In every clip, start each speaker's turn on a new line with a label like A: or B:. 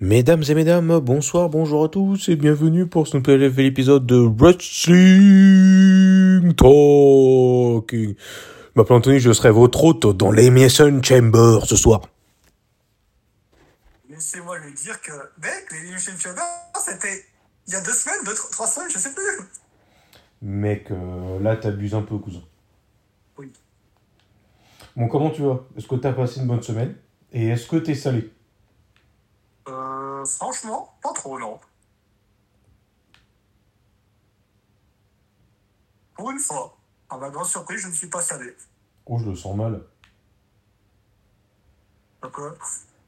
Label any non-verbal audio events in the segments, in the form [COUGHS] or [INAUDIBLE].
A: Mesdames et mesdames, bonsoir, bonjour à tous et bienvenue pour ce nouvel épisode de Wrestling Talking. Je m'appelle Anthony, je serai votre hôte dans l'Emission Chamber ce soir.
B: Laissez-moi lui dire que, mec, l'Elimination Chamber, c'était il y a deux semaines, deux, trois semaines, je sais plus.
A: Mec, euh, là t'abuses un peu, cousin.
B: Oui.
A: Bon, comment tu vas Est-ce que t'as passé une bonne semaine Et est-ce que t'es salé
B: Euh, franchement, pas trop, non. Pour une fois, à ma grande surprise, je ne suis pas salé.
A: Oh, je le sens mal.
B: Donc, euh,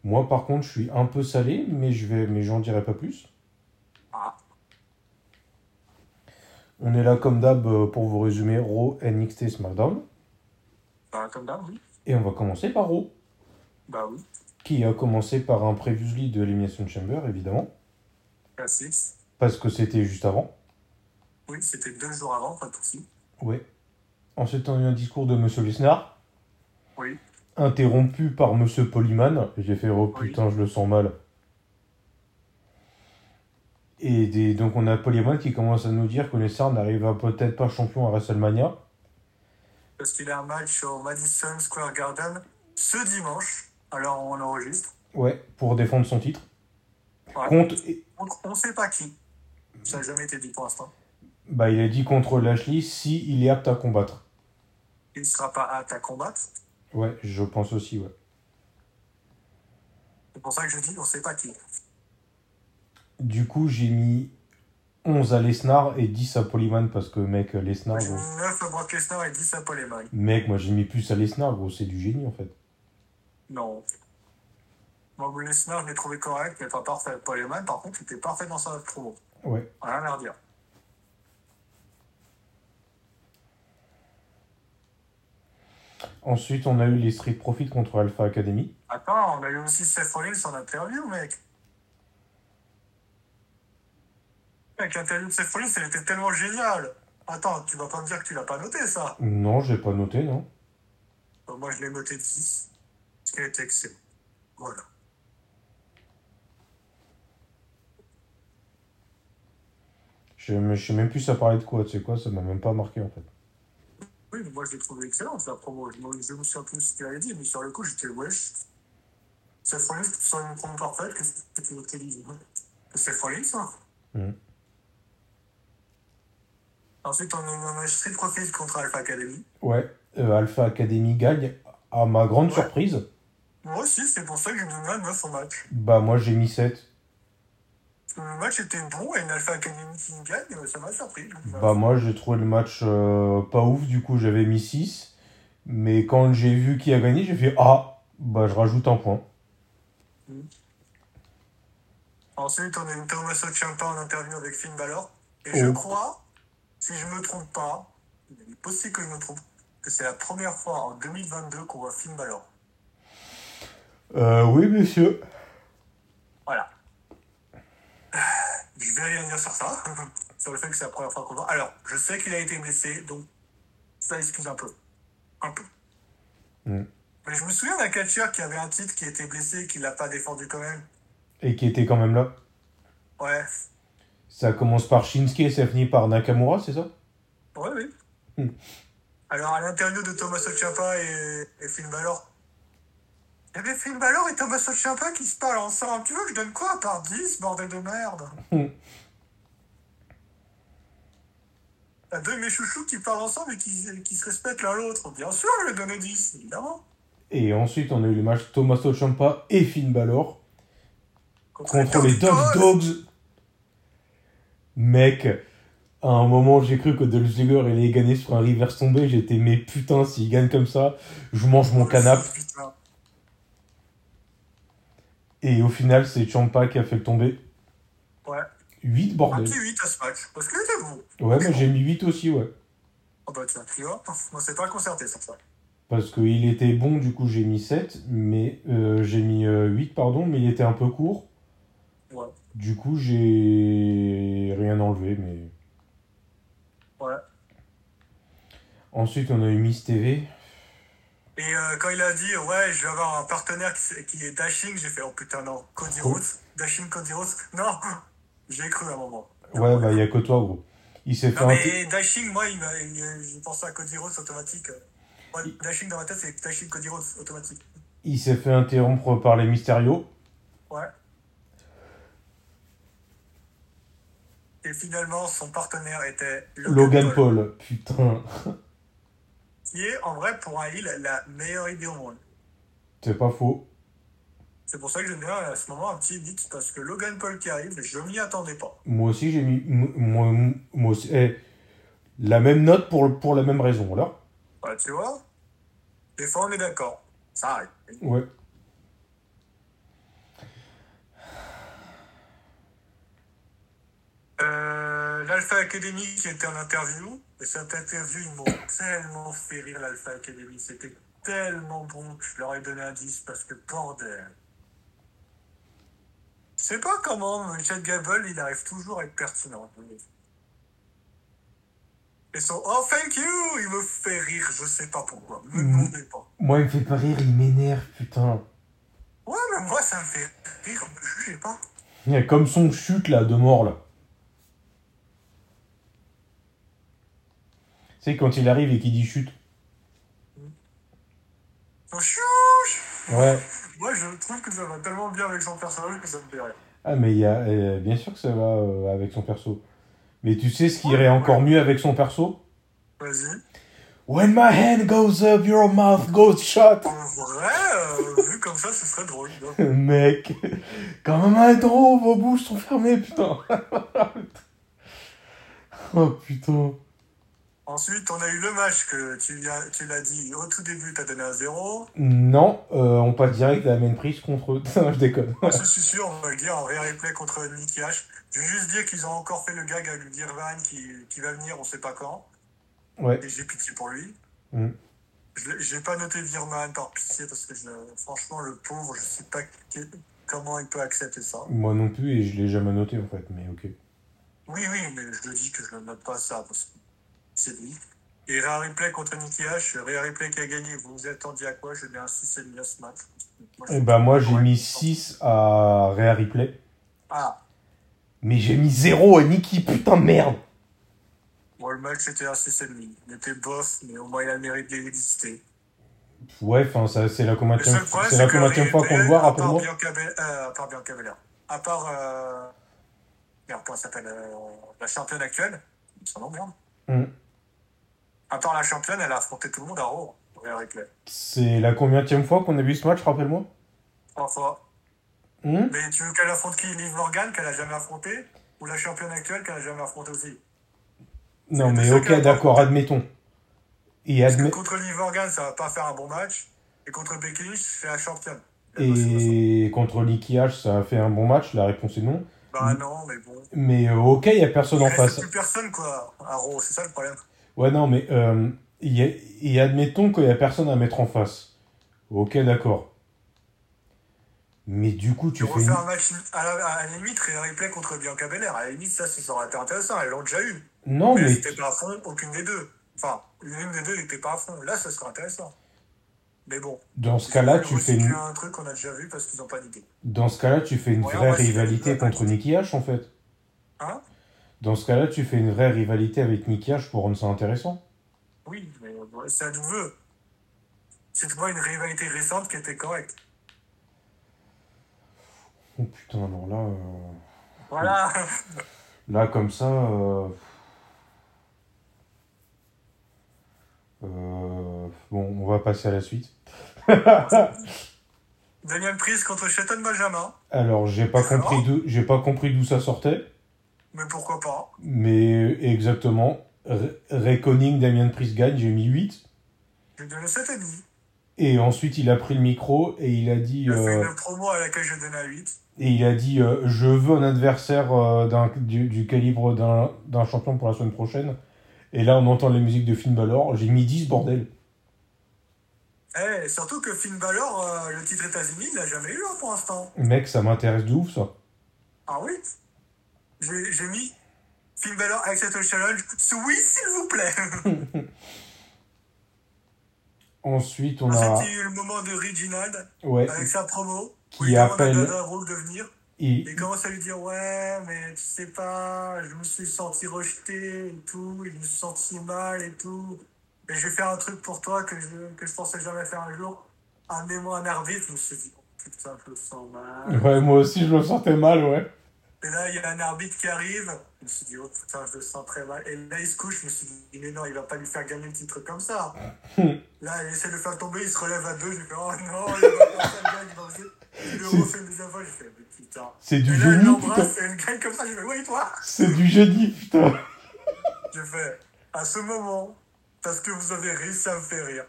A: Moi, par contre, je suis un peu salé, mais je vais, mais j'en dirai pas plus.
B: ah,
A: On est là comme d'hab euh, pour vous résumer Raw, NXT, SmackDown.
B: bah, comme d'hab, oui.
A: Et on va commencer par Raw,
B: Bah oui,
A: qui a commencé par un previously de l'Elimination Chamber, évidemment,
B: classique.
A: parce que c'était juste avant.
B: Oui, c'était deux jours avant, pas de soucis.
A: Ouais. Ensuite, on a eu un discours de Monsieur Lesnar,
B: Oui,
A: interrompu par Monsieur Polyman. J'ai fait oh
B: Oui.
A: putain, je le sens mal. Et des- donc, on a Polyman qui commence à nous dire que Lesnar n'arrivera peut-être pas champion à WrestleMania.
B: parce qu'il a un match au Madison Square Garden ce dimanche. Alors, on enregistre.
A: Ouais, pour défendre son titre.
B: Ouais.
A: Contre,
B: On- On ne sait pas qui. Ça n'a jamais été dit pour l'instant.
A: bah, il a dit contre Lashley si il est apte à combattre.
B: Il ne sera pas apte à combattre.
A: Ouais, je pense aussi, ouais.
B: C'est pour ça que je dis, on ne sait pas qui.
A: Du coup, j'ai mis 11 à Lesnar et 10 à Polyman parce que, mec, Lesnar,
B: J'ai
A: gros.
B: 9 à Brock Lesnar et 10 à Paul Heyman.
A: Mec, moi j'ai mis plus à Lesnar, gros, c'est du génie en fait.
B: Non. Moi, Brock Lesnar, je l'ai trouvé correct, mais pas parfait. Paul Heyman, par contre, il était parfait dans sa promo.
A: Ouais.
B: Rien à redire.
A: Ensuite, on a eu les Street Profits contre Alpha Academy.
B: Attends, on a eu aussi Seth Rollins en interview, mec. Mec, l'interview de Seth Rollins, elle était tellement géniale. Attends, tu vas pas me dire que tu l'as pas noté, ça.
A: Non, j'ai pas noté, non.
B: Bon, moi, je l'ai noté 10. Parce qu'elle était excellente. Voilà.
A: Je, me- je sais même plus ça parlait de quoi, tu sais quoi, ça m'a même pas marqué en fait.
B: Oui, mais moi je l'ai trouvé excellente la promo. Je me, je me souviens plus de ce qu'il avait dit, mais sur le coup j'étais wesh. C'est Rollins sur une promo parfaite que c'est une télévision. C'est Rollins, ça
A: Mhm.
B: Ensuite, on a on a Street Profit contre Alpha Academy.
A: Ouais, euh, Alpha Academy gagne, à ma grande
B: Ouais.
A: surprise.
B: Moi aussi, c'est pour ça que je me donne 9 au match.
A: Bah, moi j'ai mis 7.
B: Le match était bon et une Alpha Academy qui gagne, euh, ça m'a surpris. donc, euh,
A: Bah, moi j'ai trouvé le match euh, pas ouf, du coup j'avais mis 6. Mais quand j'ai vu qui a gagné, j'ai fait Ah, bah je rajoute un point.
B: Ensuite, on a une Thomas Ciampa en interview avec Finn Balor. Et
A: Oh.
B: je crois, si je me trompe pas, il est possible que je me trompe, que c'est la première fois en 2022 qu'on voit Finn Balor.
A: Euh, oui, monsieur.
B: Voilà. Je vais rien dire sur ça, [LAUGHS] sur le fait que c'est la première fois qu'on voit. Alors, je sais qu'il a été blessé, donc ça excuse un peu. Un peu.
A: Mm.
B: Mais je me souviens d'un catcheur qui avait un titre qui était blessé et qui l'a pas défendu quand même.
A: Et qui était quand même là.
B: Ouais.
A: Ça commence par Shinsuke et ça finit par Nakamura, c'est ça
B: Oui, oui.
A: Hmm.
B: Alors, à l'interview de Thomas Ciampa et, et Finn Balor, il y avait Finn Balor et Thomas Ciampa qui se parlent ensemble. Tu veux que je donne quoi par 10, bordel de merde
A: Hmm.
B: T'as deux de mes chouchous qui parlent ensemble et qui, qui se respectent l'un l'autre. Bien sûr, je vais donner 10, évidemment.
A: Et ensuite, on a eu le match Tommaso Ciampa et Finn Balor contre les Dog
B: Dogs.
A: Dogs. Mec, à un moment, j'ai cru que Dolph Ziggler allait gagner sur un reverse tombé. J'étais, mais putain, s'il gagne comme ça, je mange mon canap.
B: Ah, Putain.
A: Et au final, c'est Ciampa qui a fait le tomber.
B: Ouais. Ah,
A: 8
B: Un
A: bordel.
B: petit 8 à ce match, parce qu'il était bon.
A: Ouais, moi j'ai mis 8 aussi, ouais.
B: Oh bah tiens, tu vois, moi c'est pas concerté ça. ça.
A: Parce qu'il était bon, du coup, j'ai mis 7. Mais euh, j'ai mis 8, pardon, mais il était un peu court.
B: Ouais.
A: Du coup, j'ai rien enlevé, mais.
B: Ouais.
A: Ensuite, on a eu Miss TV.
B: Et euh, quand il a dit, ouais, je vais avoir un partenaire qui, s- qui est Dashing, j'ai fait, oh putain, non, Cody
A: Oh.
B: Rhodes, Dashing Cody Rhodes, [LAUGHS] non, j'ai cru à un moment.
A: Ouais, bah, il n'y a que toi, gros. Il s'est fait
B: Non,
A: un-
B: Ah, mais Dashing, moi, il m'a- il- je pensais à Cody Rhodes automatique. Moi,
A: Il-
B: Dashing dans ma tête, c'est Dashing Cody Rhodes automatique.
A: il s'est fait interrompre par les Mysterio.
B: Ouais. Et finalement, son partenaire était
A: Logan Paul, putain.
B: Qui est, en vrai, pour un heel, la meilleure idée au monde.
A: C'est pas faux.
B: C'est pour ça que j'aime bien à ce moment un petit mix, parce que Logan Paul qui arrive, je m'y attendais pas.
A: Moi aussi, j'ai mis. m- Moi, moi aussi- eh, la même note pour, pour la même raison, là.
B: Bah, tu vois, des fois on est d'accord. Ça arrive.
A: Ouais.
B: Euh, L'Alpha Academy qui était en interview, et cette interview, ils m'ont tellement fait rire, l'Alpha Academy. C'était tellement bon, je leur ai donné un 10 parce que bordel. Je sais pas comment, Chad Gable, il arrive toujours à être pertinent. Et son Oh, thank you! Il me fait rire, je sais pas pourquoi. Me
A: Mhm.
B: demandez pas.
A: Moi, il me fait pas rire, il m'énerve, putain.
B: Ouais, mais moi, ça me fait rire, me jugez pas.
A: Il y a comme son chute, là, de mort, là. Tu sais, quand il arrive et qu'il dit chute.
B: Son chou-
A: Ouais.
B: Moi, je trouve que ça va tellement bien avec son personnage que ça me fait rire.
A: Ah, mais il y a, euh, bien sûr que ça va euh, avec son perso. Mais tu sais ce qui irait encore mieux avec son perso
B: Vas-y.
A: When my hand goes up, your mouth goes shut. [LAUGHS]
B: En vrai, euh, vu comme ça, ce serait drôle. non
A: Mec, quand même trop, vos bouches sont fermées, putain. [LAUGHS] oh putain.
B: Ensuite, on a eu le match que tu, y as- tu l'as dit au tout début, t'as donné un zéro.
A: Non, euh, on passe direct à la main prise contre. [LAUGHS] Non, je déconne.
B: Moi, je suis sûr, on va le dire en replay contre Nicky H. Je vais juste dire qu'ils ont encore fait le gag avec Dirvan qui, qui va venir, on sait pas quand.
A: Ouais.
B: Et j'ai pitié pour lui.
A: Mm.
B: Je l'ai- J'ai pas noté Virman par pitié parce que je, franchement, le pauvre, je sais pas que- comment il peut accepter ça.
A: Moi non plus, et je l'ai jamais noté en fait, mais ok.
B: Oui, oui, mais je le dis que je ne note pas ça parce que c'est lui. Et Rare Replay contre Nicky H, Rare Replay qui a gagné, vous vous attendiez à quoi Je mets un 6,5 à ce match. Moi, je-
A: Et bah, moi j'ai mis 6 à Rhea Ripley,
B: Ah,
A: mais j'ai mis 0 à Nikki, putain de merde.
B: bon, le match était un 6,5. Il était bof, mais au moins il a le mérite d'exister.
A: Ouais, enfin, ça, c'est la
B: Le
A: combattienne
B: seul problème,
A: c'est la
B: que
A: combattienne
B: Rare
A: fois qu'on le
B: Replay,
A: voit,
B: à part
A: rappelle-moi.
B: Bianca Bel- euh, À part Bianca Belair. À part. Euh... Merde, comment elle s'appelle euh, La championne actuelle Ça m'emmerde.
A: Hmm.
B: À part la championne, elle a affronté tout le monde à Raw, Rare Replay.
A: C'est la combienième fois qu'on a vu ce match, rappelle-moi
B: Trois fois.
A: Hmm
B: Mais tu veux qu'elle affronte qui Liv Morgan, qu'elle a jamais affronté Ou la championne actuelle, qu'elle a jamais affronté aussi
A: Non,
B: C'est
A: mais
B: ça
A: ok,
B: qu'elle a
A: d'accord, admettons. Et,
B: Parce que
A: admet-
B: contre Liv Morgan, ça va pas faire un bon match. Et contre Becky Lynch, c'est la championne.
A: et contre Nicky H, ça a fait un bon match, la réponse est non.
B: Bah non, mais bon.
A: Mais euh, ok, il n'y a personne en
B: Il reste
A: face.
B: plus personne, quoi, à Raw, c'est ça le problème.
A: Ouais, non, mais euh, il y a- et admettons qu'il n'y a personne à mettre en face. Ok, d'accord. Mais du coup,
B: Tu
A: tu fais
B: refais un match à la, à la limite, et un replay contre Bianca Belair. À la limite, ça, ça aurait été intéressant, elles l'ont déjà eu.
A: une- Non,
B: mais elles
A: mais
B: n'étaient pas à fond, aucune des deux. Enfin, l'une des deux n'était pas à fond. Là, ça serait intéressant. Mais bon.
A: dans ce cas-là,
B: Ils ont
A: tu fais
B: recyclé
A: une...
B: un truc qu'on a déjà vu parce qu'ils n'ont pas d'idée.
A: dans ce cas-là, tu fais une
B: Ouais, on
A: vraie
B: va essayer de
A: rivalité
B: faire
A: contre Nicky H, en fait.
B: Hein
A: Dans ce cas-là, tu fais une vraie rivalité avec Nicky H pour rendre ça intéressant.
B: Oui, mais euh, bon, ça nous veut. C'est pour moi une rivalité récente qui était correcte.
A: Oh putain, alors là, euh,
B: Voilà.
A: [LAUGHS] là comme ça, euh, euh, bon, on va passer à la suite.
B: Daniel Priest contre Shelton Benjamin.
A: Alors, j'ai pas compris d'où, j'ai pas compris d'où ça sortait,
B: Mais pourquoi pas
A: mais exactement. Re- Reckoning, Damien Priest gagne, j'ai mis 8.
B: Je lui donne 7,5.
A: Et ensuite, il a pris le micro et il a dit,
B: Il a fait
A: euh,
B: une promo à laquelle je donne un 8.
A: et il a dit, euh, je veux un adversaire euh, d'un- du, du calibre d'un, d'un champion pour la semaine prochaine. Et là, on entend les musiques de Finn Balor. J'ai mis 10, bordel.
B: Eh, surtout que Finn Balor, euh, le titre États-Unis, il l'a jamais eu hein, pour l'instant.
A: Mec, ça m'intéresse de ouf, ça.
B: Ah oui J'ai j'ai mis Finn Balor [LAUGHS] accepte le challenge. Oui, s'il vous plaît.
A: Ensuite, on
B: Ensuite,
A: a.
B: il y a eu le moment de Reginald
A: Ah, ouais,
B: avec sa promo où
A: Qui
B: il demande à
A: appelle-
B: Dada Rose de venir.
A: il-
B: Il commence à lui dire ouais mais tu sais pas, je me suis senti rejeté et tout, je me suis senti mal et tout. Et je vais faire un truc pour toi que je, que je pensais jamais faire un jour. Amenez-moi un arbitre, je me suis dit oh, putain je me sens mal.
A: ouais, moi aussi, je me sentais mal, ouais.
B: Et là il y a un arbitre qui arrive, je me suis dit oh putain je le sens très mal. Et là il se couche, je me suis dit mais non il va pas lui faire gagner le titre
A: [LAUGHS]
B: comme ça. là il essaie de le faire tomber, il se relève à deux, je lui fais oh non il va pas faire gagner dans le Il le
A: C'est-
B: refait une deuxième fois, je fais mais putain.
A: C'est du
B: Et là, elle
A: génie, putain.
B: l'embrasse et elle gagne comme ça. Je fais, oui, toi
A: C'est du génie, putain.
B: Je fais, à ce moment, parce que vous avez réussi à me faire rire,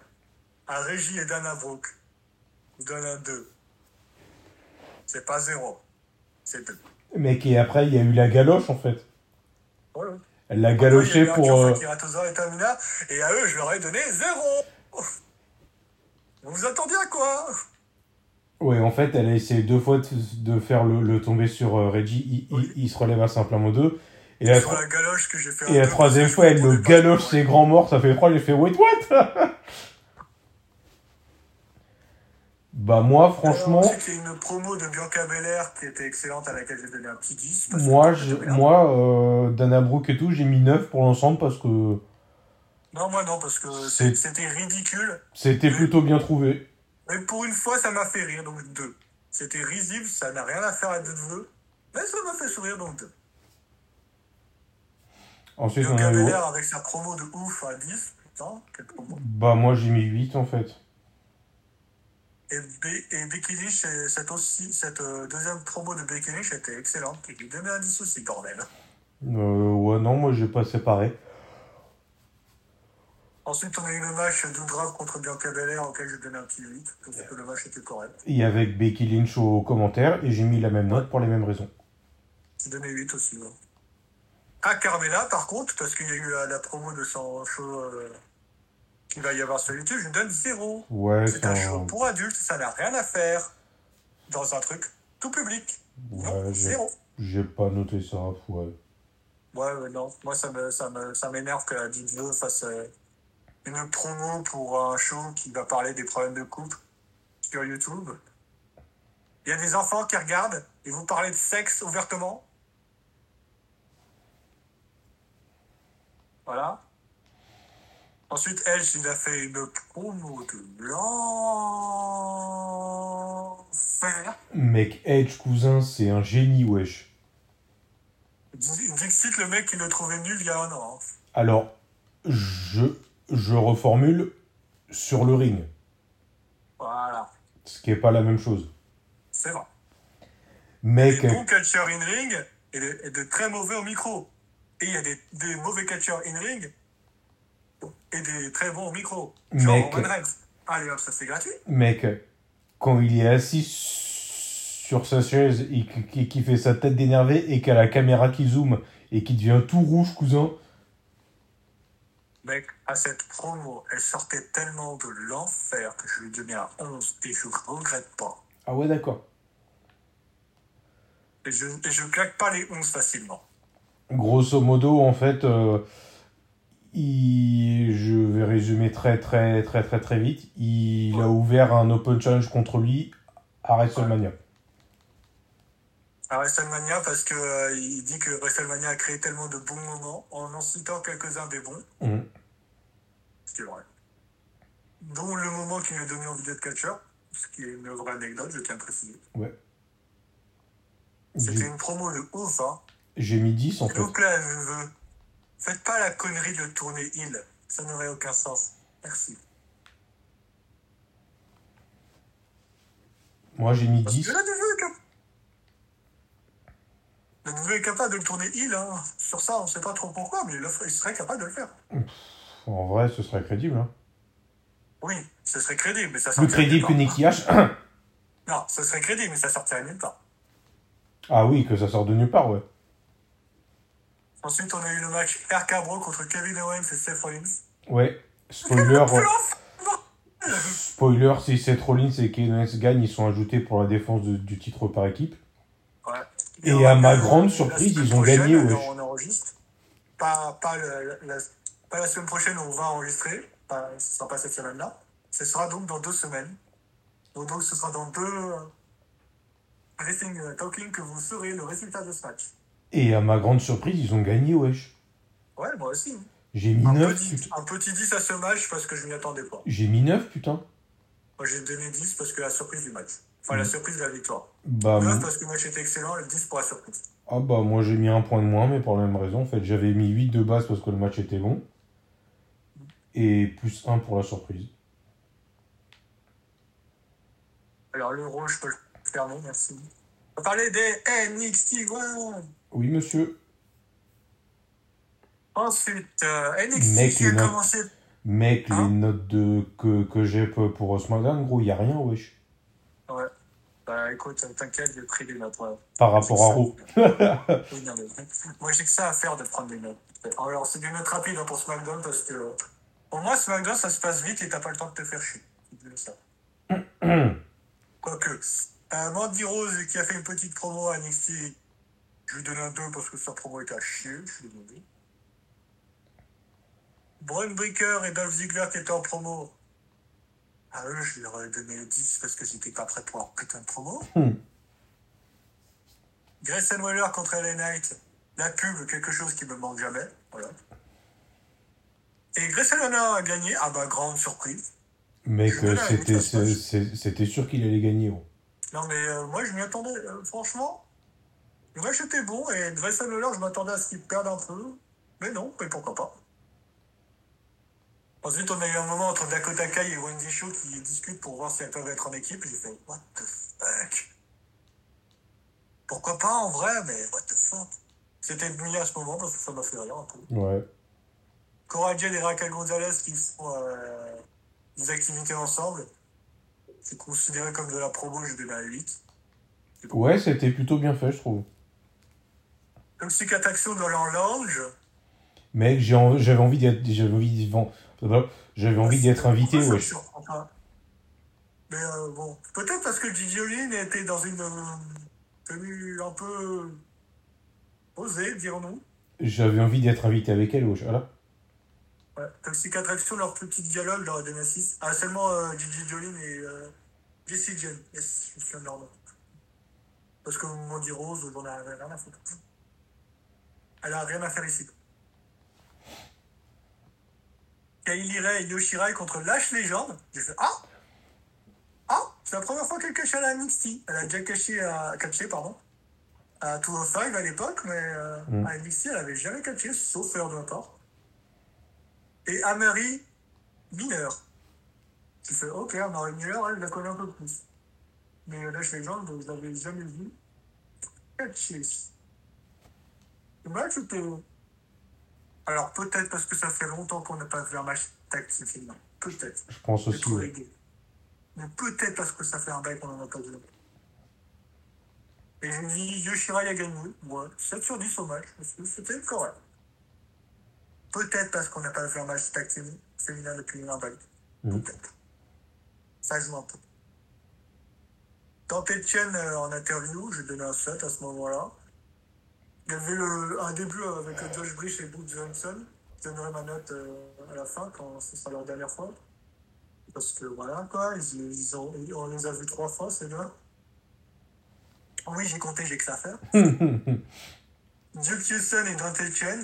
B: à Régie et Dana Brooke, je vous donne un 2. C'est pas 0. C'est 2.
A: Mec, et après, il y a eu la galoche, en fait. Elle l'a galoché pour. euh,
B: et Tamina, et à eux, je leur ai donné 0. Vous vous attendiez à quoi
A: Ouais, en fait, elle a essayé deux fois de, de faire le, le tomber sur euh, Reggie. Il, il-
B: Oui.
A: il se relève à simplement deux. Et la,
B: Sur
A: tro-
B: la galoche que j'ai fait.
A: et la troisième fois, elle le galoche, c'est grand mort. Ça fait trois, j'ai fait wait, what [LAUGHS] Bah, moi, franchement,
B: C'était une promo de Bianca Belair qui était excellente à laquelle j'ai donné un petit 10. parce que
A: moi,
B: Bianca
A: je-
B: Belair-
A: moi euh, Dana Brooke et tout, j'ai mis 9 pour l'ensemble parce que
B: Non, moi non, parce que
A: C'est-
B: c'est- c'était ridicule.
A: c'était plutôt bien trouvé.
B: Mais pour une fois, ça m'a fait rire, donc deux. C'était risible, ça n'a rien à faire à deux vœux. Mais ça m'a fait sourire, donc deux.
A: Ensuite, on
B: Bianca
A: a eu.
B: Belair avec sa promo de ouf à 10. Putain, quelle promo.
A: Bah, moi, j'ai mis 8 en fait.
B: Et, Be- et Becky Lynch, euh, cette, aussi, cette euh, deuxième promo de Becky Lynch était excellente. Et lui donnait un 10 aussi, bordel.
A: Euh, ouais, non, moi, j'ai pas séparé.
B: Ensuite, on a eu le match d'Oudrave contre Bianca Belair auquel j'ai donné un petit 8, parce que le match était correct.
A: Et avec Becky Lynch au commentaire, et j'ai mis la même note pour les mêmes raisons.
B: J'ai donné 8 aussi. ouais. Ah, Carmela, par contre, parce qu'il y a eu euh, la, la promo de son show euh, qu'il va y avoir sur YouTube, je lui donne 0.
A: Ouais,
B: C'est
A: c'est
B: un
A: un-
B: show pour adultes, ça n'a rien à faire dans un truc tout public.
A: Ouais,
B: non,
A: j'ai-
B: zéro.
A: J'ai pas noté ça, ouais.
B: Ouais, ouais, non, moi ça me ça me, ça m'énerve que la Didio fasse euh, une promo pour un show qui va parler des problèmes de couple sur YouTube. Il y a des enfants qui regardent et vous parlez de sexe ouvertement. Voilà. Ensuite, Edge, il a fait une promo de l'enfer.
A: Mec, Edge, cousin, c'est un génie, wesh.
B: Dixit, le mec, il le trouvait nul il y a un an. hein.
A: Alors, je, je reformule sur le ring,
B: Voilà,
A: ce qui est pas la même chose.
B: c'est vrai.
A: Mec,
B: des bons catcheurs in ring et de, et de très mauvais au micro. Et il y a des, des mauvais catcheurs in ring et des très bons au micro. Genre
A: Mec.
B: Roman Reigns. Allez hop, ça c'est gratuit.
A: mec, quand il est assis sur sa chaise et qui fait sa tête d'énervé et qu'à la caméra qui zoome et qui devient tout rouge, cousin,
B: Mec, à cette promo, elle sortait tellement de l'enfer que je lui donnais un 11 et je regrette pas.
A: ah ouais, d'accord.
B: Et je, et je claque pas les 11 facilement.
A: Grosso modo, en fait, euh, il- je vais résumer très très très très très vite. Il a ouvert un open challenge contre lui à WrestleMania.
B: À WrestleMania, parce que euh, il dit que WrestleMania a créé tellement de bons moments en en citant quelques-uns des bons.
A: Mhm.
B: Ce qui est vrai. Dont le moment qui lui a donné envie d'être catcheur, ce qui est une vraie anecdote, je tiens à préciser. C'était
A: J'ai-
B: une promo de ouf, hein.
A: J'ai mis 10 en
B: S'il
A: fait.
B: vous plaît, je veux. Faites pas la connerie de tourner il. Ça n'aurait aucun sens. Merci.
A: Moi j'ai mis
B: Parce que
A: 10.
B: la WWE est capable. La WWE est capable de le tourner il, hein. Sur ça, on sait pas trop pourquoi, mais il le ferait- il serait capable de le faire.
A: En vrai, ce serait crédible. hein.
B: Oui, ce serait crédible, mais ça
A: Plus
B: sortirait
A: crédible que
B: nulle
A: Nicky H. [COUGHS]
B: part. Non, ce serait crédible, mais ça sortirait nulle part.
A: Ah oui, que ça sort de nulle part, ouais.
B: Ensuite, on a eu le match RK-Bro contre Kevin Owens et Seth Rollins.
A: Ouais. Spoiler,
B: Plus
A: euh,
B: l'enfer
A: spoiler, si Seth Rollins et Kevin gagnent, ils sont ajoutés pour la défense de- du titre par équipe.
B: Ouais.
A: Et
B: on
A: à
B: regarde,
A: ma grande
B: euh,
A: surprise,
B: la semaine
A: ils ont
B: prochaine,
A: gagné,
B: euh,
A: wesh.
B: quand On enregistre. Pas, pas, le- la, la- pas la semaine prochaine, on va enregistrer. Pas, ce sera pas cette semaine-là. Ce sera donc dans deux semaines. Donc, donc ce sera dans deux euh, Wrestling Talking que vous saurez le résultat de ce match.
A: Et à ma grande surprise, ils ont gagné, wesh.
B: Ouais, moi aussi.
A: J'ai mis
B: Un
A: 9,
B: petit, un petit 10 à ce match parce que je m'y attendais pas.
A: J'ai mis 9, putain.
B: Moi, j'ai donné 10 parce que la surprise du match. Enfin,
A: Mm.
B: la surprise de la victoire.
A: Bah,
B: 9
A: moi-
B: parce que le match était excellent et 10 pour la surprise.
A: ah bah, moi j'ai mis un point de moins, mais pour la même raison. En fait, j'avais mis 8 de base parce que le match était long. Et plus 1 pour la surprise.
B: Alors, l'euro, je peux le faire, non, merci. On va parler des NXT One.
A: Oui, monsieur.
B: Ensuite, euh, NXT
A: Mec,
B: qui a
A: une-
B: commencé.
A: Mec,
B: Hein
A: les notes de, que, que j'ai pour pour SmackDown, gros, y a rien, wesh.
B: Bah écoute, t'inquiète, j'ai pris des notes. ouais.
A: Par rapport à Raw.
B: [LAUGHS] Oui, non, mais- Moi, j'ai que ça à faire de prendre des notes. Alors, c'est des notes rapides hein, pour SmackDown parce que. Pour moi, SmackDown, ça se passe vite et t'as pas le temps de te faire chier. C'est bien ça.
A: [CLEARS THROAT]
B: Quoique. Euh, Mandy Rose qui a fait une petite promo à NXT, je lui donne un 2 parce que sa promo est à chier, je suis désolé. Braun Breaker et Dolph Ziggler qui étaient en promo. À eux, je leur ai donné le 10 parce que j'étais pas prêt pour leur putain de promo.
A: Hmm.
B: Grayson Waller contre LA Knight, la pub, quelque chose qui me manque jamais. Voilà. Et Grayson Waller a gagné, ah bah grande surprise.
A: Mec,
B: Je
A: euh,
B: te la-
A: c'était
B: je te la-
A: c'est- c'est- c'était sûr qu'il allait gagner, gros.
B: Non, mais euh, moi, je m'y attendais. euh, franchement, le match était bon et Grayson Waller, je m'attendais à ce qu'il perde un peu. Mais non, mais pourquoi pas. Ensuite, on a eu un moment entre Dakota Kai et Wendy Shaw qui discutent pour voir si elles peuvent être en équipe. J'ai fait What the fuck Pourquoi pas en vrai, mais what the fuck C'était mouillé à ce moment parce que ça m'a fait rire un peu.
A: Ouais.
B: Cora Jade et Raquel Gonzalez qui font euh, des activités ensemble. C'est considéré comme de la promo, j'ai donné un 8.
A: Ouais, c'était plutôt bien fait, je trouve.
B: Toxic Attraction dans leur lounge.
A: Mec, j'ai envie- j'avais envie d'être j'avais envie d'y- bon, euh, j'avais envie d'être invité,
B: Pourquoi ça me
A: wesh.
B: surprend pas Mais euh, bon, peut-être parce que Gigi Olin était dans une euh, tenue un peu osée, dirons-nous.
A: J'avais envie d'être invité avec elle, wesh. Ah Voilà.
B: Ouais. Toxic Attraction, leur petit dialogue, leur donné 6. Ah, seulement euh, Gigi Jolin et euh, Jessie Jane. Yes, je me souviens de leur nom. Parce que Mandy Rose, on a rien à foutre. Elle a rien à faire ici. Kylie Ray et Yoshirai contre Lash Legend. J'ai fait Ah Ah C'est la première fois qu'elle cache à la NXT. Elle a déjà caché à. catché, pardon. À 205 à l'époque, mais euh,
A: Mm.
B: à NXT, elle avait jamais catché, sauf faire de ma part. Et Amari Miller. Tu fais Ok, Amari Miller, elle je la connaît un peu plus. Mais euh, Lash Legend, je l'avais jamais vu. Catché. Le match était. Alors peut-être parce que ça fait longtemps qu'on n'a pas vu un match tactique féminin. Peut-être.
A: Je pense
B: J'ai
A: aussi,
B: trouvé
A: ouais.
B: gay. Mais peut-être parce que ça fait un bail qu'on en a pas vu. Et je me dis, Yoshirai a gagné. Moi, 7 sur 10 au match. parce que C'était correct. Peut-être parce qu'on n'a pas vu un match tactique féminin depuis un bail.
A: Mhm.
B: Peut-être. Ça joue un peu. Tant Etienne euh, en interview, j'ai donné un 7 à ce moment-là. Il y avait le- un début avec euh, Josh Brish et Book Johnson. Je donnerai ma note euh, à la fin quand ce sera leur dernière fois. Parce que voilà, quoi, ils, ils ont, on les a vus trois fois, c'est là. Oui, j'ai compté, j'ai que ça à faire. Duke Houston et Dante Chen.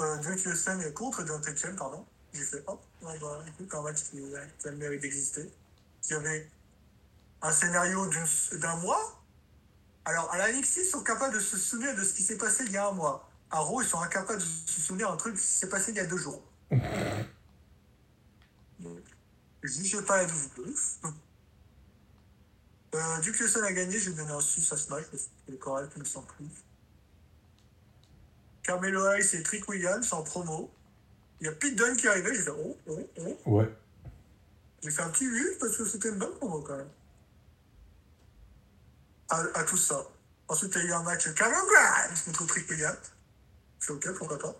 B: Euh, Duke Houston est contre Dante Chen, pardon. J'ai fait hop, ouais, bah, écoute, un match qui, qui a le mérite d'exister. Qui avait un scénario d'une- d'un mois. Alors, à la NXT, ils sont capables de se souvenir de ce qui s'est passé il y a un mois. À Raw, ils sont incapables de se souvenir d'un truc qui s'est passé il y a deux jours. Je dis, je vais pas être vous. Euh, Duke Houston a gagné, j'ai donné un 6 à ce match, parce que c'est correct, il me semble plus. Carmelo Hayes et Trick Williams en promo. Il y a Pete Dunne qui est arrivé, j'ai fait oh, oh, oh.
A: Ouais.
B: J'ai fait un petit 8 parce que c'était une bonne promo quand même. À, à tout ça. Ensuite, il y a eu un match Cameron Grimes contre Trick Williams. Je fais ok, pourquoi pas.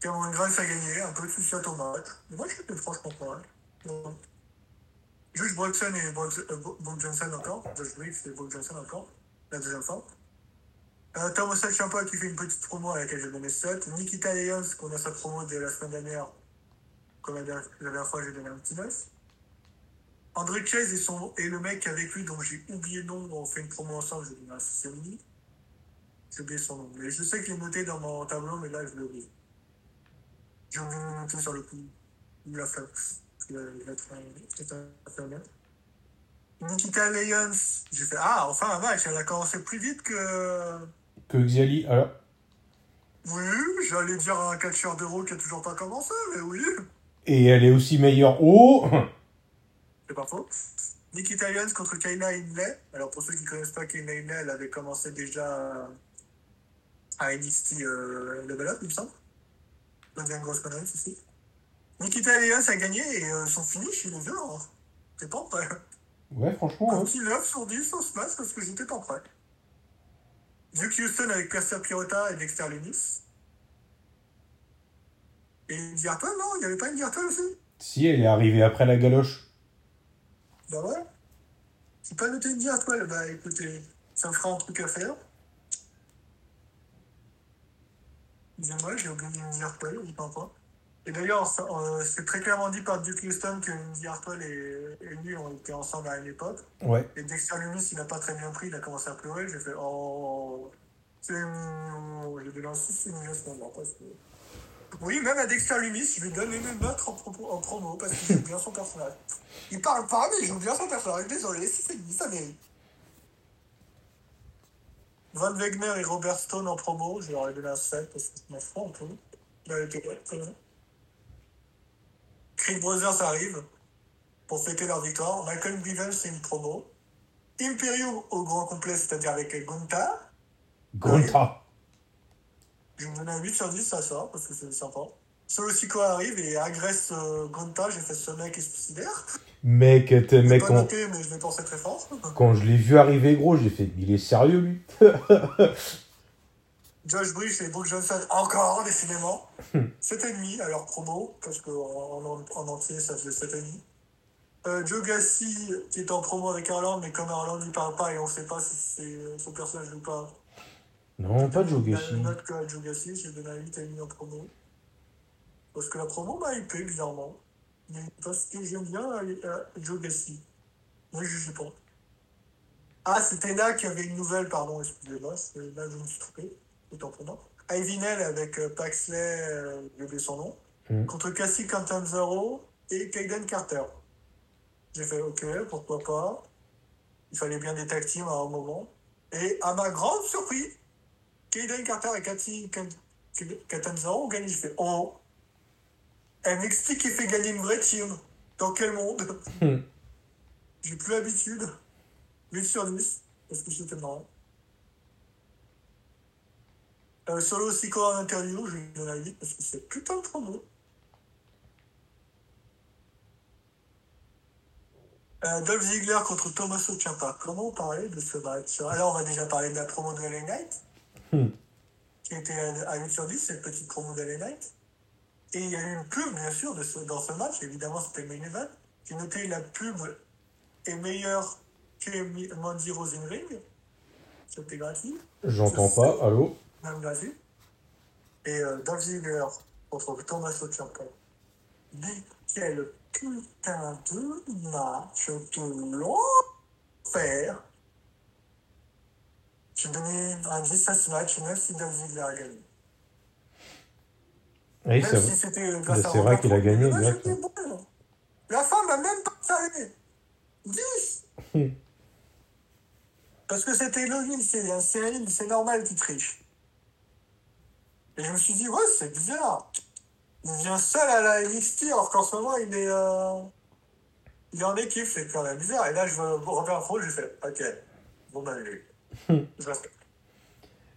B: Cameron Grimes a gagné, un peu de souci à ton match. Mais moi, j'étais franchement pas mal. Ouais. Josh Broxon et Brox- euh, Bo- Bo Johnson encore. Josh Briggs et Bo Johnson encore. La deuxième fois. Euh, Thomas Champa qui fait une petite promo à laquelle j'ai donné 7. Nikita Lyons, qu'on a sa promo de la semaine dernière. Comme la dernière, la dernière fois, j'ai donné un petit 9. André Chase et, son, et le mec avec lui, dont j'ai oublié le nom, dont on fait une promo ensemble, je dis, mince, c'est lui. J'ai oublié son nom. Mais je sais que je l'ai noté dans mon tableau, mais là, je l'ai oublié. J'ai oublié de noter sur le coup. Il me l'a fait. Il l'a fait bien. Nikita Lyons, j'ai fait, ah, enfin un match, elle a commencé plus vite que.
A: Que ah Xiali, alors.
B: Oui, j'allais dire un catcheur d'euro qui a toujours pas commencé, mais oui,
A: Et elle est aussi meilleure. Oh [CLEARS THROAT]
B: c'est pas faux. Nikita Lyons contre Kayla Inlay. Alors pour ceux qui connaissent pas Kayla Inlay, elle avait commencé déjà à NXT euh, Level Up, il me semble. Pas bien grosse connerie, ici. Nikita Lyons a gagné et euh, son finish, il est violent. hein. T'es pas prêt.
A: Ouais, franchement,
B: Un
A: hein.
B: petit 9 sur 10 sur ce match parce que j'étais pas prêt. Duke Houston avec Persia Pirota et Dexter Lumis. Et une Girton, non Il n'y avait pas une Girton aussi
A: Si, elle est arrivée après la galoche.
B: Bah ouais. J'ai pas noté une Girton. Bah écoutez, ça me fera un truc à faire. Excusez-moi, j'ai oublié une Girton, je pense pas. Et d'ailleurs, ça, euh, c'est très clairement dit par Duke Houston que une Girton et, et lui ont été ensemble à une époque.
A: Ouais.
B: Et Dexter Lumis, il n'a pas très bien pris, il a commencé à pleurer. J'ai fait Oh, c'est mignon. J'ai lancé, c'est mignon ce moment. Parce que... Oui, même à Dexter Lumis, je lui donne les mêmes notes en, propos- en promo parce qu'il joue bien son personnage. Il parle pas, mais il joue bien son personnage. Désolé, si c'est lui, ça mérite. Van Wegner et Robert Stone en promo, je leur ai donné un 7 parce que je m'en fous un peu. Il a été ouais, très bien. Creed Brothers arrive pour fêter leur victoire. Michael Bivens, c'est une promo. Imperium au grand complet, c'est-à-dire avec Gunther.
A: Gonta.
B: Je me donne un 8 sur 10 à ça, parce que c'est sympa. Solo Sikoa arrive et agresse euh, Gonta. J'ai fait ce mec est suicidaire.
A: Mec, euh, t'es-
B: Je l'ai
A: mec,
B: pas
A: quand,
B: noté, mais je l'ai pensé très fort.
A: quand je l'ai vu arriver, gros, j'ai fait, il est sérieux, lui
B: Josh Brish et Brooke Johnson, encore, décidément. 7,5 à leur promo, parce qu'en en, en entier, ça faisait 7,5. Euh, Joe Gassi, qui est en promo avec Harland, mais comme Harland, il parle pas et on sait pas si c'est son personnage ou pas.
A: Non, pas
B: Joe
A: Jogashi.
B: La note que à Joe Gassi, j'ai donné un 8 et demi en promo. Parce que la promo m'a hypé, bizarrement. Mais parce que j'aime bien euh, euh, Joe Gassi. Mais je sais pas. Ah, c'était là qu'il y avait une nouvelle, pardon, excusez-moi. c'est Là, je me suis trompé. Autant pour moi. Ivy Nell avec euh, Paxley, euh, j'ai oublié son nom,
A: Mm.
B: contre Cassie Cantanzaro et Kaiden Carter. J'ai fait OK, pourquoi pas. Il fallait bien des tag teams à un moment. Et à ma grande surprise, Kaiden Carter et Cathy Catanzaro ont gagné. Je fais Oh Elle m'explique qu'il fait gagner une vraie team. Dans quel monde
A: Hmm.
B: J'ai plus l'habitude. 8 sur 10, parce que c'était marrant. Euh, solo Sico en interview, je lui donne la 8 parce que c'est putain de trop bon. Euh, Dolph Ziggler contre Thomas Ciampa. Comment parler de ce match Alors, on va déjà parler de la promo de LA Knight,
A: Hmm.
B: qui était à à 8 sur 10, cette petite promo de LA Knight. Et il y a eu une pub, bien sûr, de ce- dans ce match. Évidemment, c'était le main event. J'ai noté la pub est meilleure que Mi- Mandy Rose in Ring. C'était gratuit
A: J'entends pas, allô
B: même la vue. Et euh, Dolph Ziggler contre Thomas Ciampa. Mais quel putain de match de l'enfer J'ai donné un 10 à ce match, même si Dolph Ziggler a gagné.
A: Oui,
B: Même
A: c'est
B: si
A: vrai.
B: c'était grâce
A: Bah,
B: à
A: c'est vrai
B: Roman
A: qu'il a
B: Reigns,
A: gagné,
B: mais
A: exact.
B: j'étais bon. La femme a même pas parlé. 10
A: [LAUGHS] Hmm.
B: Parce que c'était logique, c'est un série, c'est normal qu'il triche. Et je me suis dit, ouais, c'est bizarre. Il vient seul à la NXT, alors qu'en ce moment, il est, euh, il est en équipe, c'est quand même bizarre. Et là, je vois Robert Pro, j'ai fait, ok, bon, ben, lui.
A: [LAUGHS]
B: Je respecte.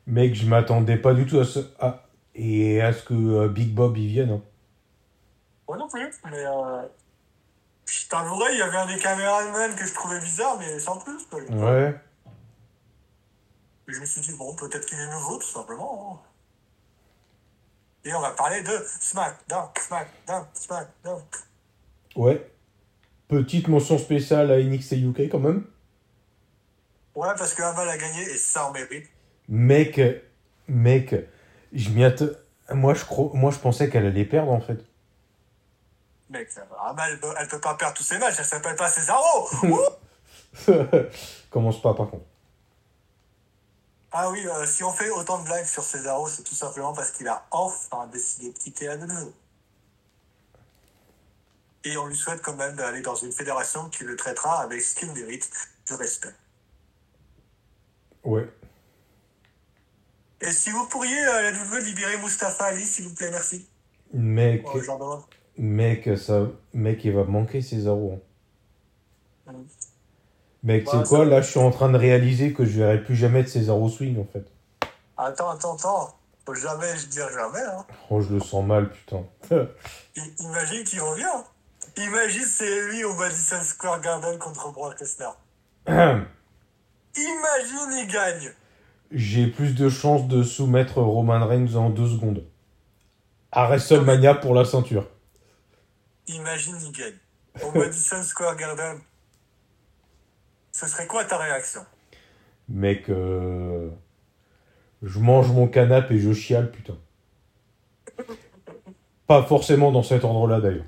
A: Mec, je m'attendais pas du tout à ce. à- Et à ce que euh, Big Bob y vienne. hein.
B: Moi non plus, mais euh... je t'avouerai, il y avait un des caméramans que je trouvais bizarre, mais sans plus. quoi.
A: hein. Ouais.
B: Et Je me suis dit, bon, peut-être qu'il est nouveau, tout simplement. hein. Et on va parler de SmackDown, SmackDown, SmackDown.
A: Ouais. Petite mention spéciale à NXT UK quand même.
B: Ouais, parce que Aval a gagné et ça en mérite.
A: Mec, mec, je m'y atte- Moi je, cro... Moi, je pensais qu'elle allait perdre en fait.
B: Mec, Rama, elle, peut- elle peut pas perdre tous ses matchs, elle s'appelle pas Cesaro Ouh
A: [LAUGHS] Commence pas, par contre.
B: Ah oui, euh, si on fait autant de blagues sur Cesaro, c'est tout simplement parce qu'il a enfin décidé de quitter la WWE. Et on lui souhaite quand même d'aller dans une fédération qui le traitera avec ce qu'il mérite, du respect.
A: Ouais.
B: Et si vous pourriez, euh, la WWE, libérer Mustafa Ali, s'il vous plaît, merci.
A: Mec,
B: Oh, j'en demande.
A: mec, ça, mec, il va manquer Cesaro. hein.
B: Mm.
A: Mec,
B: Ouais,
A: c'est
B: ça-
A: quoi Là, je suis en train de réaliser que je verrai plus jamais de Cesaro Swing, en fait.
B: Attends, attends, attends. Faut jamais je dire jamais. Hein.
A: Oh, je le sens mal, putain. [CLEARS THROAT]
B: I- Imagine qu'il revient. Imagine c'est lui au Madison Square Garden contre Brock Lesnar. Imagine il gagne.
A: J'ai plus de chances de soumettre Roman Reigns en deux secondes. À WrestleMania pour la ceinture.
B: Imagine il gagne. Au Madison Square Garden. Ce serait quoi ta réaction
A: Mec, euh, je mange mon canapé et je chiale, putain. Pas forcément dans cet ordre-là, d'ailleurs.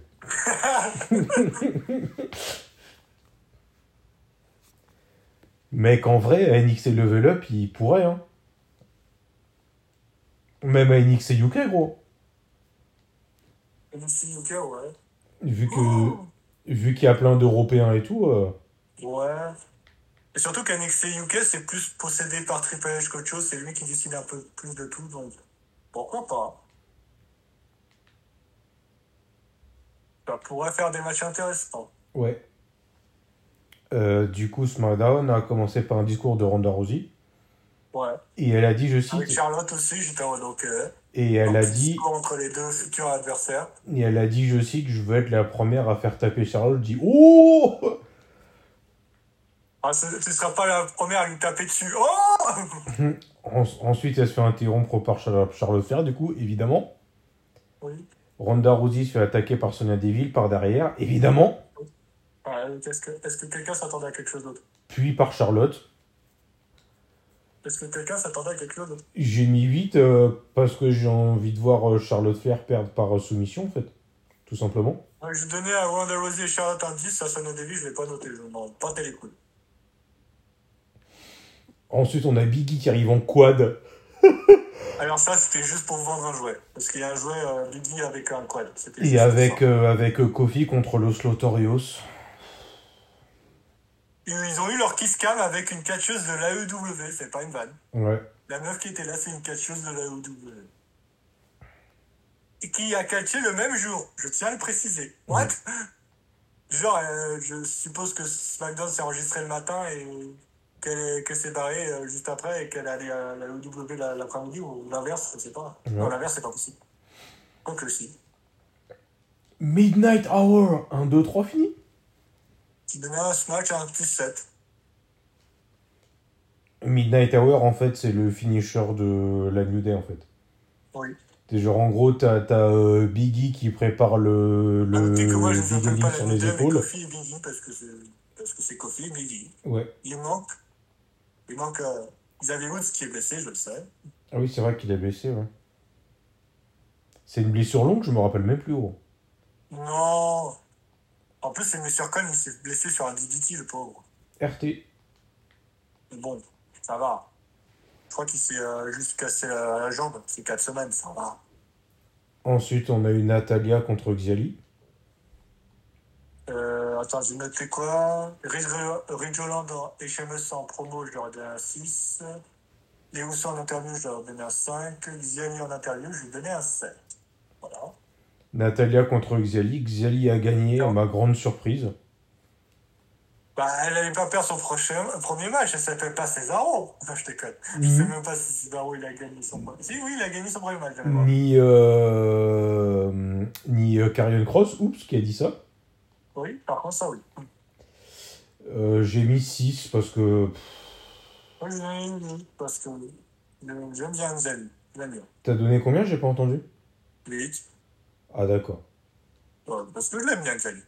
A: [LAUGHS] Mec, en vrai, à NXT Level Up, il pourrait, hein. Même à NXT UK, gros.
B: MC UK, ouais.
A: Vu que vu qu'il y a plein d'Européens et tout, euh,
B: Ouais. Et surtout qu'NXT UK, c'est plus possédé par Triple H qu'autre chose. C'est lui qui décide un peu plus de tout, donc pourquoi pas Ça pourrait faire des matchs intéressants.
A: ouais. Euh, du coup, SmackDown a commencé par un discours de Ronda Rousey.
B: Ouais.
A: Et elle a dit, je
B: Avec
A: cite,
B: Charlotte aussi, j'étais en donc. euh,
A: et elle
B: donc,
A: a dit,
B: discours entre les deux futurs adversaires.
A: et elle a dit, je cite, je veux être la première à faire taper Charlotte. Je dis, oh
B: Ah, ce- tu seras pas la première à lui taper dessus. Oh
A: En- Ensuite, elle se fait interrompre par Char- Charlotte Flair, du coup, évidemment.
B: Oui.
A: Ronda Rousey se fait attaquer par Sonia Deville par derrière, évidemment.
B: Ouais, donc Est-ce que, est que quelqu'un s'attendait à quelque chose d'autre
A: Puis par Charlotte.
B: Est-ce que quelqu'un s'attendait à quelque chose d'autre
A: J'ai mis 8 euh, parce que j'ai envie de voir euh, Charlotte Flair perdre par euh, soumission, en fait. Tout simplement.
B: Ouais, Je donnais à Wanda Rosie et Charlotte un 10, à Sonia Deville, je l'ai pas noté. Je m'en battais les couilles.
A: Ensuite, on a Biggie qui arrive en quad.
B: Alors ça, c'était juste pour vendre un jouet. Parce qu'il y a un jouet euh, Biggie avec un quad. C'était juste
A: Et
B: pour
A: avec,
B: ça.
A: euh, avec euh, Kofi contre Los Lotorios.
B: Ils ont eu leur kiss cam avec une catcheuse de l'AEW, c'est pas une vanne.
A: Ouais.
B: La meuf qui était là, c'est une catcheuse de la OW. Et qui a catché le même jour, je tiens à le préciser. What Genre, euh, je suppose que SmackDown s'est enregistré le matin et qu'elle est- qu'elle s'est barrée euh, juste après et qu'elle est allée à la OW la- l'après-midi ou l'inverse, je sais pas.
A: Ouais.
B: Non, l'inverse, c'est pas possible. Donc, si.
A: Midnight Hour 1, 2, 3, fini.
B: Qui donnait à ce match un petit 7.
A: Midnight Hour, en fait, c'est le finisher de la New Day, en fait.
B: Oui.
A: C'est genre, en gros, t'as t'as, euh, Biggie qui prépare le, le
B: Notez Ah, que moi, je
A: Big
B: ne appelle
A: League
B: pas
A: sur
B: la
A: les
B: NWA, mais
A: épaules.
B: Kofi et Biggie parce que c'est- parce que c'est Kofi et Biggie.
A: Ouais.
B: Il manque. Il manque. Euh, Xavier Woods qui est blessé, je le sais.
A: Ah oui, c'est vrai qu'il a blessé, ouais. C'est une blessure longue, je me rappelle même plus, gros.
B: Non En plus, c'est Monsieur Khan, il s'est blessé sur un DDT, le pauvre.
A: RT.
B: Mais bon, ça va. Je crois qu'il s'est euh, juste cassé la, la jambe. C'est 4 semaines, ça va.
A: Ensuite, on a eu Natalia contre Xiali.
B: Euh, attends, j'ai noté quoi Ridgeland et Sheamus en promo, je leur ai donné un 6. Les Usos en interview, je leur ai donné un 5. Xiali en interview, je lui ai donné un 7. Voilà.
A: Natalia contre Xiali. Xiali a gagné, à ma grande surprise.
B: Bah, elle n'allait pas perdre son prochain, premier match, elle s'appelle pas Cesaro. Non, je déconne. Je sais
A: Mhm.
B: même pas si Cesaro il a gagné son premier. Si oui, il a gagné son premier match. j'allais voir.
A: Ni, euh, ni euh, Karrion Cross, oups, qui a dit ça.
B: Oui, par contre ça oui.
A: Euh, J'ai mis 6 parce que pff,
B: Moi je l'ai mis parce que euh, j'aime bien Zali, j'aime bien.
A: t'as donné combien J'ai pas entendu.
B: Vite.
A: Ah d'accord.
B: Ouais, parce que je l'aime bien Zali.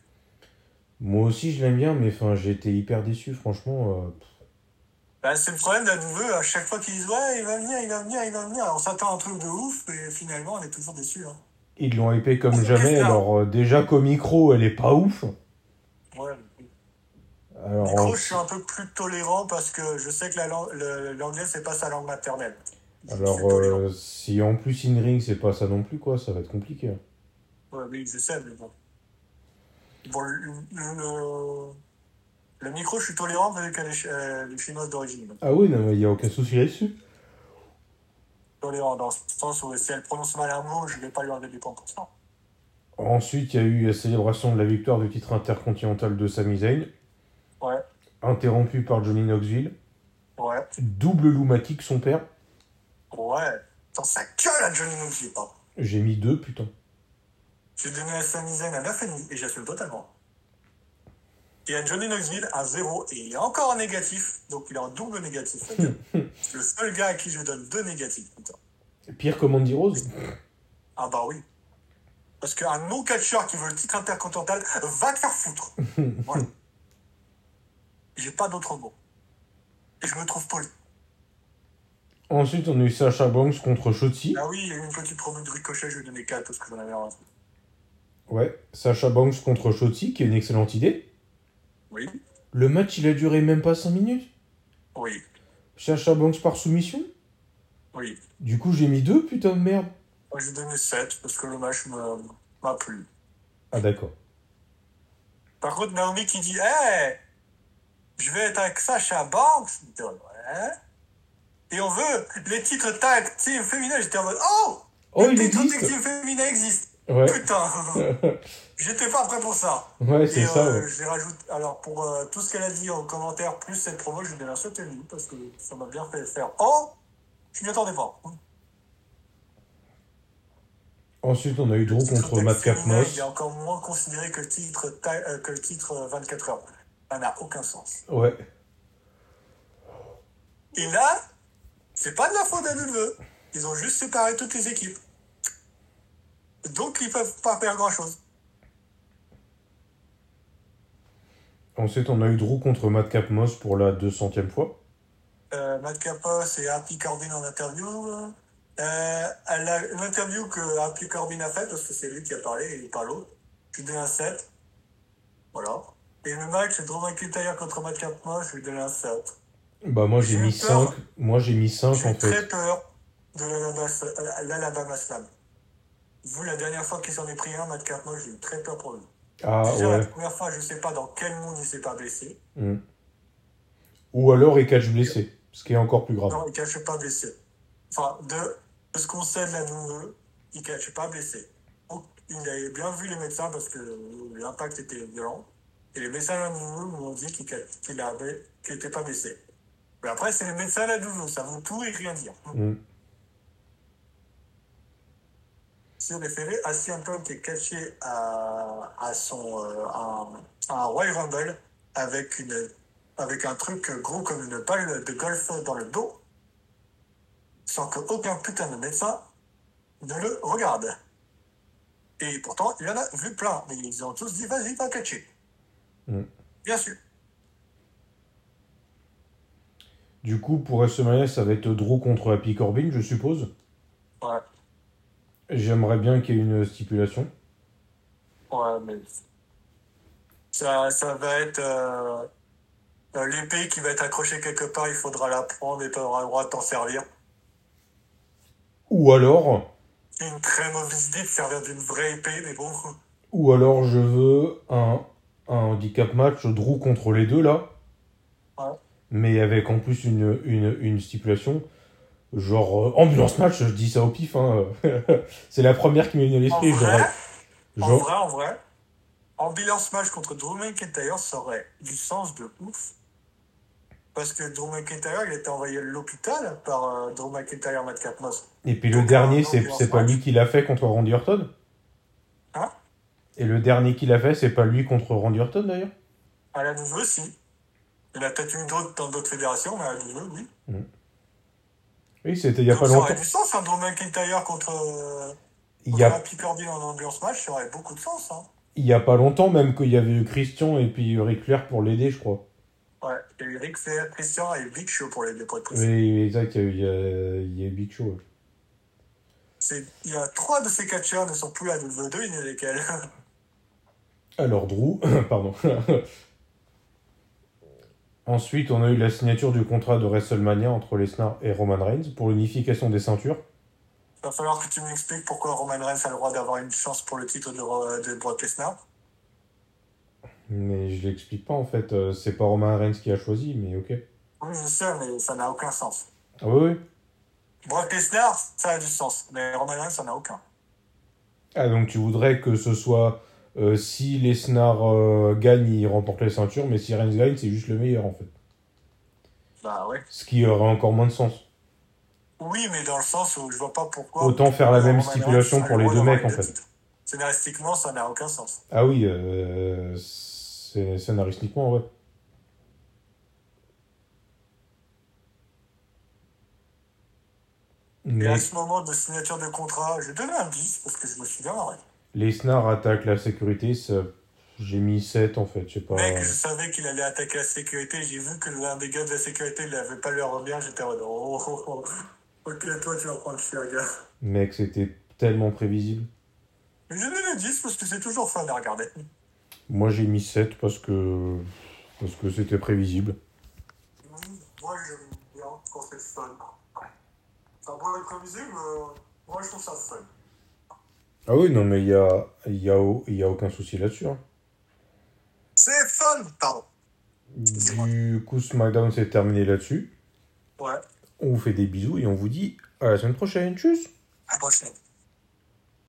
A: Moi aussi je l'aime bien, mais enfin j'ai été hyper déçu, franchement. euh, pff.
B: Bah, c'est le problème d'un nouveau, à chaque fois qu'ils disent ouais il va venir, il va venir, il va venir, on s'attend à un truc de ouf et finalement on est toujours déçu. Hein.
A: Ils l'ont épée comme jamais. Alors, euh, déjà qu'au micro, elle est pas ouf.
B: Ouais.
A: Alors,
B: Micro,
A: euh,
B: je suis un peu plus tolérant parce que je sais que la lang- le- l'anglais, c'est pas sa langue maternelle. Je
A: alors
B: suis tolérant.
A: euh, si en plus in-ring, c'est pas ça non plus, quoi, ça va être compliqué. hein.
B: Ouais, oui, je sais, mais bon. Bon, le, le- euh, le micro, je suis tolérant avec les, chi- euh, les chinos d'origine.
A: Ah oui, non, mais il n'y a aucun souci là-dessus.
B: Tolérant dans le sens où si elle prononce mal un mot, je vais pas lui enlever des points pour ça.
A: Ensuite, il y a eu la célébration de la victoire du titre intercontinental de Sami Zayn.
B: Ouais.
A: Interrompu par Johnny Knoxville.
B: Ouais,
A: Double loumatique, son père.
B: ouais. Dans sa gueule à Johnny Knoxville, pardon.
A: J'ai mis deux, putain.
B: J'ai donné à Sami Zayn un 9,5 et j'assume totalement. Et à Johnny Knoxville un 0 et il est encore en négatif, donc il est en double négatif. le seul gars à qui je donne deux négatifs, putain.
A: Pire que Mandy Rose
B: Ah bah oui. Parce qu'un non-catcheur qui veut le titre intercontinental va te
A: [LAUGHS]
B: faire foutre. voilà. J'ai pas d'autre mot. Et je me trouve poli.
A: Ensuite, on a eu Sasha Banks contre Shotzi.
B: Ah oui, il y a eu une petite promo de ricochet, je lui ai donné 4 parce que j'en avais envie.
A: Ouais, Sasha Banks contre Shotzi, qui est une excellente idée.
B: Oui,
A: Le match, il a duré même pas 5 minutes.
B: oui,
A: Sasha Banks par soumission.
B: oui.
A: Du coup, j'ai mis deux, putain de merde.
B: Moi, je lui ai donné 7 parce que le match me- m'a plu.
A: Ah d'accord.
B: Par contre, Naomi qui dit Hey, je vais être avec Sacha Banks. Je dis, Ouais. Et on veut les titres tag team féminin. J'étais en mode Oh
A: Oh,
B: Le
A: il
B: titre tag
A: existe
B: team féminin existe
A: Ouais, [LAUGHS]
B: Putain J'étais pas prêt pour ça.
A: ouais
B: Et
A: c'est ça.
B: euh,
A: ouais.
B: je les rajoute. Alors, pour euh, tout ce qu'elle a dit en commentaire, plus cette promo, je vais la sauter lui, parce que ça m'a bien fait faire. Oh Je m'y attendais pas.
A: Ensuite, on a eu Drew
B: Le titre
A: contre
B: tag
A: Matt
B: féminin,
A: Capmos.
B: Il est encore moins considéré que le titre, ta- euh, que le titre euh, 24 heures. Ça n'a aucun sens.
A: Ouais.
B: Et là, c'est pas de la faute à neveu. Ils ont juste séparé toutes les équipes. Donc ils peuvent pas faire grand chose.
A: Ensuite, on a eu Drew contre Matt Capmos pour la 200ème fois.
B: Euh, Matt Capos et Happy Corbin en interview. euh, Euh, à la- L'interview que Happy Corbin a faite, parce que c'est lui qui a parlé et pas l'autre, je lui donne un 7. Voilà. Et le match, Drew McIntyre contre Matt Capos, je lui donne un 7.
A: Bah moi j'ai
B: J'ai
A: mis
B: eu peur.
A: 5. Moi j'ai mis 5
B: J'ai
A: en fait.
B: très peur de l'Alabama- l'Alabama Slam. Vu la dernière fois qu'il s'en est pris un, Matt Capos, j'ai eu très peur pour lui.
A: Ah
B: Déjà, la
A: ouais.
B: première fois, je sais pas dans quel monde il s'est pas blessé.
A: Hmm. Ou alors et catch blessé. Ce qui est encore plus grave.
B: Non, il cache pas blessé. Enfin, de, de ce qu'on sait de la nouvelle, E, il cache pas blessé. Donc, il avait bien vu les médecins parce que l'impact était violent. Et les médecins de la nouvelle m'ont E dit qu'il n'était pas blessé. Mais après, c'est les médecins de la nouvelle, E, ça vaut tout et rien dire.
A: Mm.
B: Si on est ferré, assis un peu qui est caché à, à son euh, à un, à un Royal Rumble avec une avec un truc gros comme une balle de golf dans le dos, sans que aucun putain de médecin ne le regarde. Et pourtant, il y en a vu plein, mais ils ont tous dit vas-y, va catcher.
A: Mm.
B: Bien sûr.
A: Du coup, pour WrestleMania, ça va être Drew contre Happy Corbin, je suppose.
B: Ouais,
A: J'aimerais bien qu'il y ait une stipulation.
B: ouais, mais. Ça, ça va être. euh, euh, L'épée qui va être accrochée quelque part, il faudra la prendre et tu auras le droit de t'en servir.
A: Ou alors,
B: une très mauvaise idée de servir d'une vraie épée, mais bon.
A: ou alors je veux un, un handicap match Drew contre les deux là.
B: Ouais.
A: Mais avec en plus une, une, une stipulation. Genre euh, ambulance match, je dis ça au pif. Hein. [LAUGHS] C'est la première qui m'est venue à
B: En
A: l'esprit. Genre,
B: vrai, en
A: genre-
B: vrai, en vrai, Ambulance Match contre Drew McIntyre, ça aurait du sens de ouf. Parce que Drew McIntyre, il était envoyé à l'hôpital par euh, Drew McIntyre, Matt Capmos.
A: Et puis le dernier, c'est
B: Ambulance
A: c'est pas
B: match.
A: lui qui l'a fait contre Randy Orton
B: Hein
A: Et le dernier qui l'a fait, c'est pas lui contre Randy Orton d'ailleurs
B: À la nouvelle, si. Il y en a peut-être une d'autre dans d'autres fédérations, mais à la nouvelle, oui.
A: Oui, c'était il y a
B: Donc,
A: pas
B: ça aurait
A: longtemps.
B: du sens, hein, Drew McIntyre contre, euh,
A: Il
B: contre
A: y a
B: la Picardie en Ambulance Match, ça aurait beaucoup de sens. Hein.
A: Il y a pas longtemps même qu'il y avait eu Christian et puis Ric Flair pour l'aider, je crois.
B: Ouais, il y a eu Ric Flair, Christian et Big Show pour les deux potes.
A: Oui, exact, il y a eu, il y a- il y a eu Big Show. ouais.
B: C'est- Il y a trois de ces catcheurs ne sont plus à W2, il y en a lesquels.
A: Alors Drew, [COUGHS] pardon. Ensuite, on a eu la signature du contrat de WrestleMania entre Lesnar et Roman Reigns pour l'unification des ceintures.
B: Il va falloir que tu m'expliques pourquoi Roman Reigns a le droit d'avoir une chance pour le titre de, Ro- de Brock Lesnar.
A: Mais je l'explique pas en fait, euh, c'est pas Roman Reigns qui a choisi, mais ok.
B: Oui, je sais, mais ça n'a aucun sens.
A: Ah oui, oui.
B: Brock Lesnar, ça a du sens, mais Roman Reigns, ça n'a aucun.
A: Ah donc tu voudrais que ce soit euh, si Lesnar euh, gagne, il remporte les ceintures, mais si Reigns gagne, c'est juste le meilleur en fait.
B: Bah ouais.
A: Ce qui aurait encore moins de sens.
B: Oui, mais dans le sens où je vois pas pourquoi.
A: Autant faire la même
B: Oh, Roman Reigns
A: stipulation
B: a
A: pour
B: le
A: les
B: droit
A: deux
B: d'avoir
A: mecs en
B: les deux
A: fait.
B: titres. Scénaristiquement, ça n'a aucun sens.
A: Ah oui, euh, c'est scénaristiquement, ouais.
B: Et
A: Mais
B: à ce moment de signature de contrat, j'ai donné un 10 parce que je me suis ah gavé.
A: Lesnar attaque la sécurité, ça- j'ai mis 7 en fait, je sais pas.
B: Mec, je savais qu'il allait attaquer la sécurité. J'ai vu que l'un des gars de la sécurité il avait pas l'air bien. J'étais en mode oh, oh, oh. Ok, toi tu vas prendre cher, gars.
A: Mec, c'était tellement prévisible.
B: Mais J'ai donné 10 parce que c'est toujours fun à regarder.
A: Moi j'ai mis 7 parce que parce que c'était prévisible.
B: Moi j'aime bien quand c'est fun. Ça pourrait être amusé, mais euh, moi je trouve ça fun.
A: Ah oui, non mais il y a, il y, a, au- il y a aucun souci là-dessus. hein.
B: C'est fun Pardon.
A: Du coup, SmackDown c'est terminé là-dessus.
B: Ouais,
A: On vous fait des bisous et on vous dit à la semaine prochaine. Tchuss
B: à la prochaine.